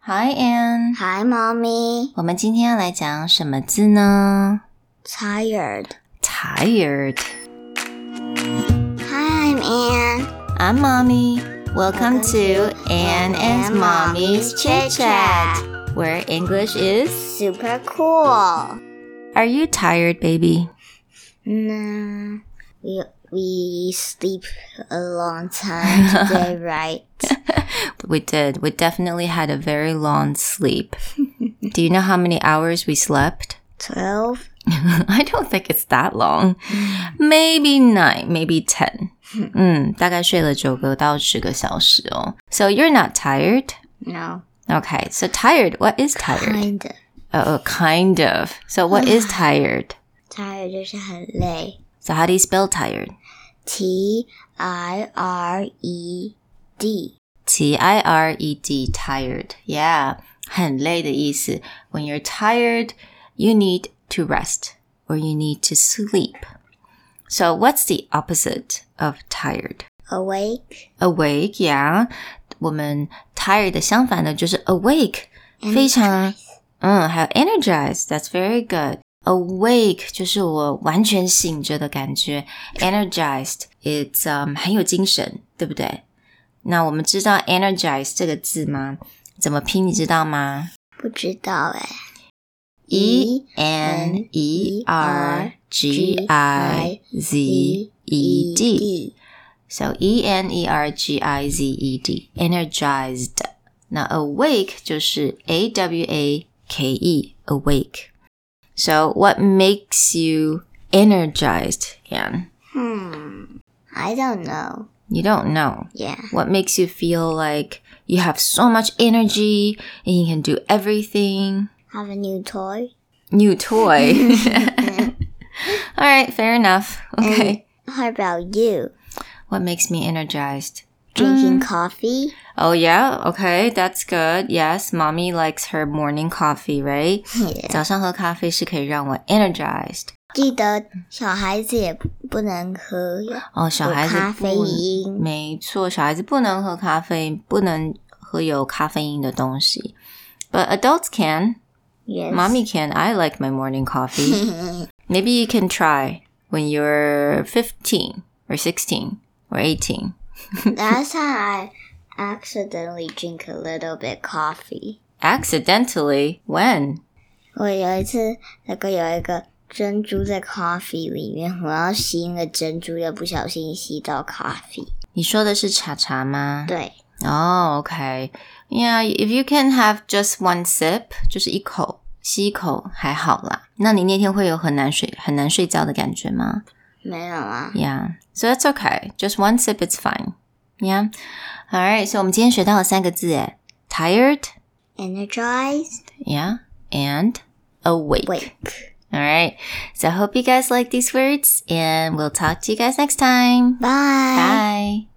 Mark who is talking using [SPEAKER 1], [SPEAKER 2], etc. [SPEAKER 1] Hi Anne，
[SPEAKER 2] Hi, mommy.
[SPEAKER 1] 我们今天要来讲什么字呢
[SPEAKER 2] Tired.
[SPEAKER 1] ？Tired。
[SPEAKER 2] Hi, I'm Anne.
[SPEAKER 1] I'm mommy. Welcome to Anne and Mommy's Chit Chat, where English is.
[SPEAKER 2] Super cool.
[SPEAKER 1] Are you tired, baby?
[SPEAKER 2] No, we we sleep a long time today, right?
[SPEAKER 1] We did. We definitely had a very long sleep. Do you know how many hours we slept?
[SPEAKER 2] Twelve.
[SPEAKER 1] I don't think it's that long. Maybe nine, maybe ten. 嗯，大概睡了九个到十个小时哦。So you're not tired?
[SPEAKER 2] No,
[SPEAKER 1] Okay, so tired. What is tired?
[SPEAKER 2] kind of.
[SPEAKER 1] Oh, oh, kind of. So what is tired?
[SPEAKER 2] Tired 就是很累。
[SPEAKER 1] So how do you spell tired?
[SPEAKER 2] T I R E D.
[SPEAKER 1] T I R E D, tired. Yeah, 很累的意思. When you're tired, you need to rest or you need to sleep. So what's the opposite of tired?
[SPEAKER 2] Awake
[SPEAKER 1] Awake, yeah. 我们 tired 的相反呢就是 awake，
[SPEAKER 2] and
[SPEAKER 1] 非常-嗯，还有 energize. That's very good. Awake 就是我完全醒着的感觉。Energized it's um 很有精神，对不对？那我们知道 energize 这个字吗？怎么拼？你知道吗
[SPEAKER 2] 不知道哎。
[SPEAKER 1] ？E N E R G I Z E D。So E N E R G I Z E D, energized. 那 awake 就是 A W A K E, awake. So what makes you energized, Anne?
[SPEAKER 2] Hmm. I don't know.
[SPEAKER 1] You don't know.
[SPEAKER 2] Yeah.
[SPEAKER 1] What makes you feel like you have so much energy and you can do everything?
[SPEAKER 2] Have a new toy.
[SPEAKER 1] New toy. All right, fair enough. Okay.
[SPEAKER 2] How about you?
[SPEAKER 1] what makes me energized? 嗯
[SPEAKER 2] Drinking coffee?
[SPEAKER 1] Oh yeah, okay, that's good. Yes, mommy likes her morning coffee, right? 早上喝咖啡是可以让我 energized。
[SPEAKER 2] 记得小孩子也不能喝
[SPEAKER 1] 哦，小孩子
[SPEAKER 2] 有咖啡
[SPEAKER 1] 不
[SPEAKER 2] 因
[SPEAKER 1] 没错，小孩子不能喝咖啡，不能喝有咖啡因的东西。But adults can.
[SPEAKER 2] Yes.
[SPEAKER 1] Mommy can. I like my morning coffee. Maybe you can try when you're 15 or 16 or 18.
[SPEAKER 2] Last time I accidentally drink a little bit coffee.
[SPEAKER 1] Accidentally, when?
[SPEAKER 2] 我有一次那个有一个珍珠在 coffee 里面，我要吸那个珍珠，又不小心吸到 coffee。
[SPEAKER 1] 你说的是茶茶吗？
[SPEAKER 2] 对
[SPEAKER 1] Oh, okay. Yeah, if you can have just one sip, 就是一口，吸一口还好啦。那你那天会有很难睡、很难睡觉的感觉吗
[SPEAKER 2] 没有啊。
[SPEAKER 1] ？Yeah, so that's okay. Just one sip, it's fine. Yeah. All right. So 我们今天学到了三个字，诶 t i r e d
[SPEAKER 2] Energized,
[SPEAKER 1] yeah, and awake.
[SPEAKER 2] wake.
[SPEAKER 1] All right. So I hope you guys like these words, and we'll talk to you guys next time.
[SPEAKER 2] Bye.
[SPEAKER 1] Bye.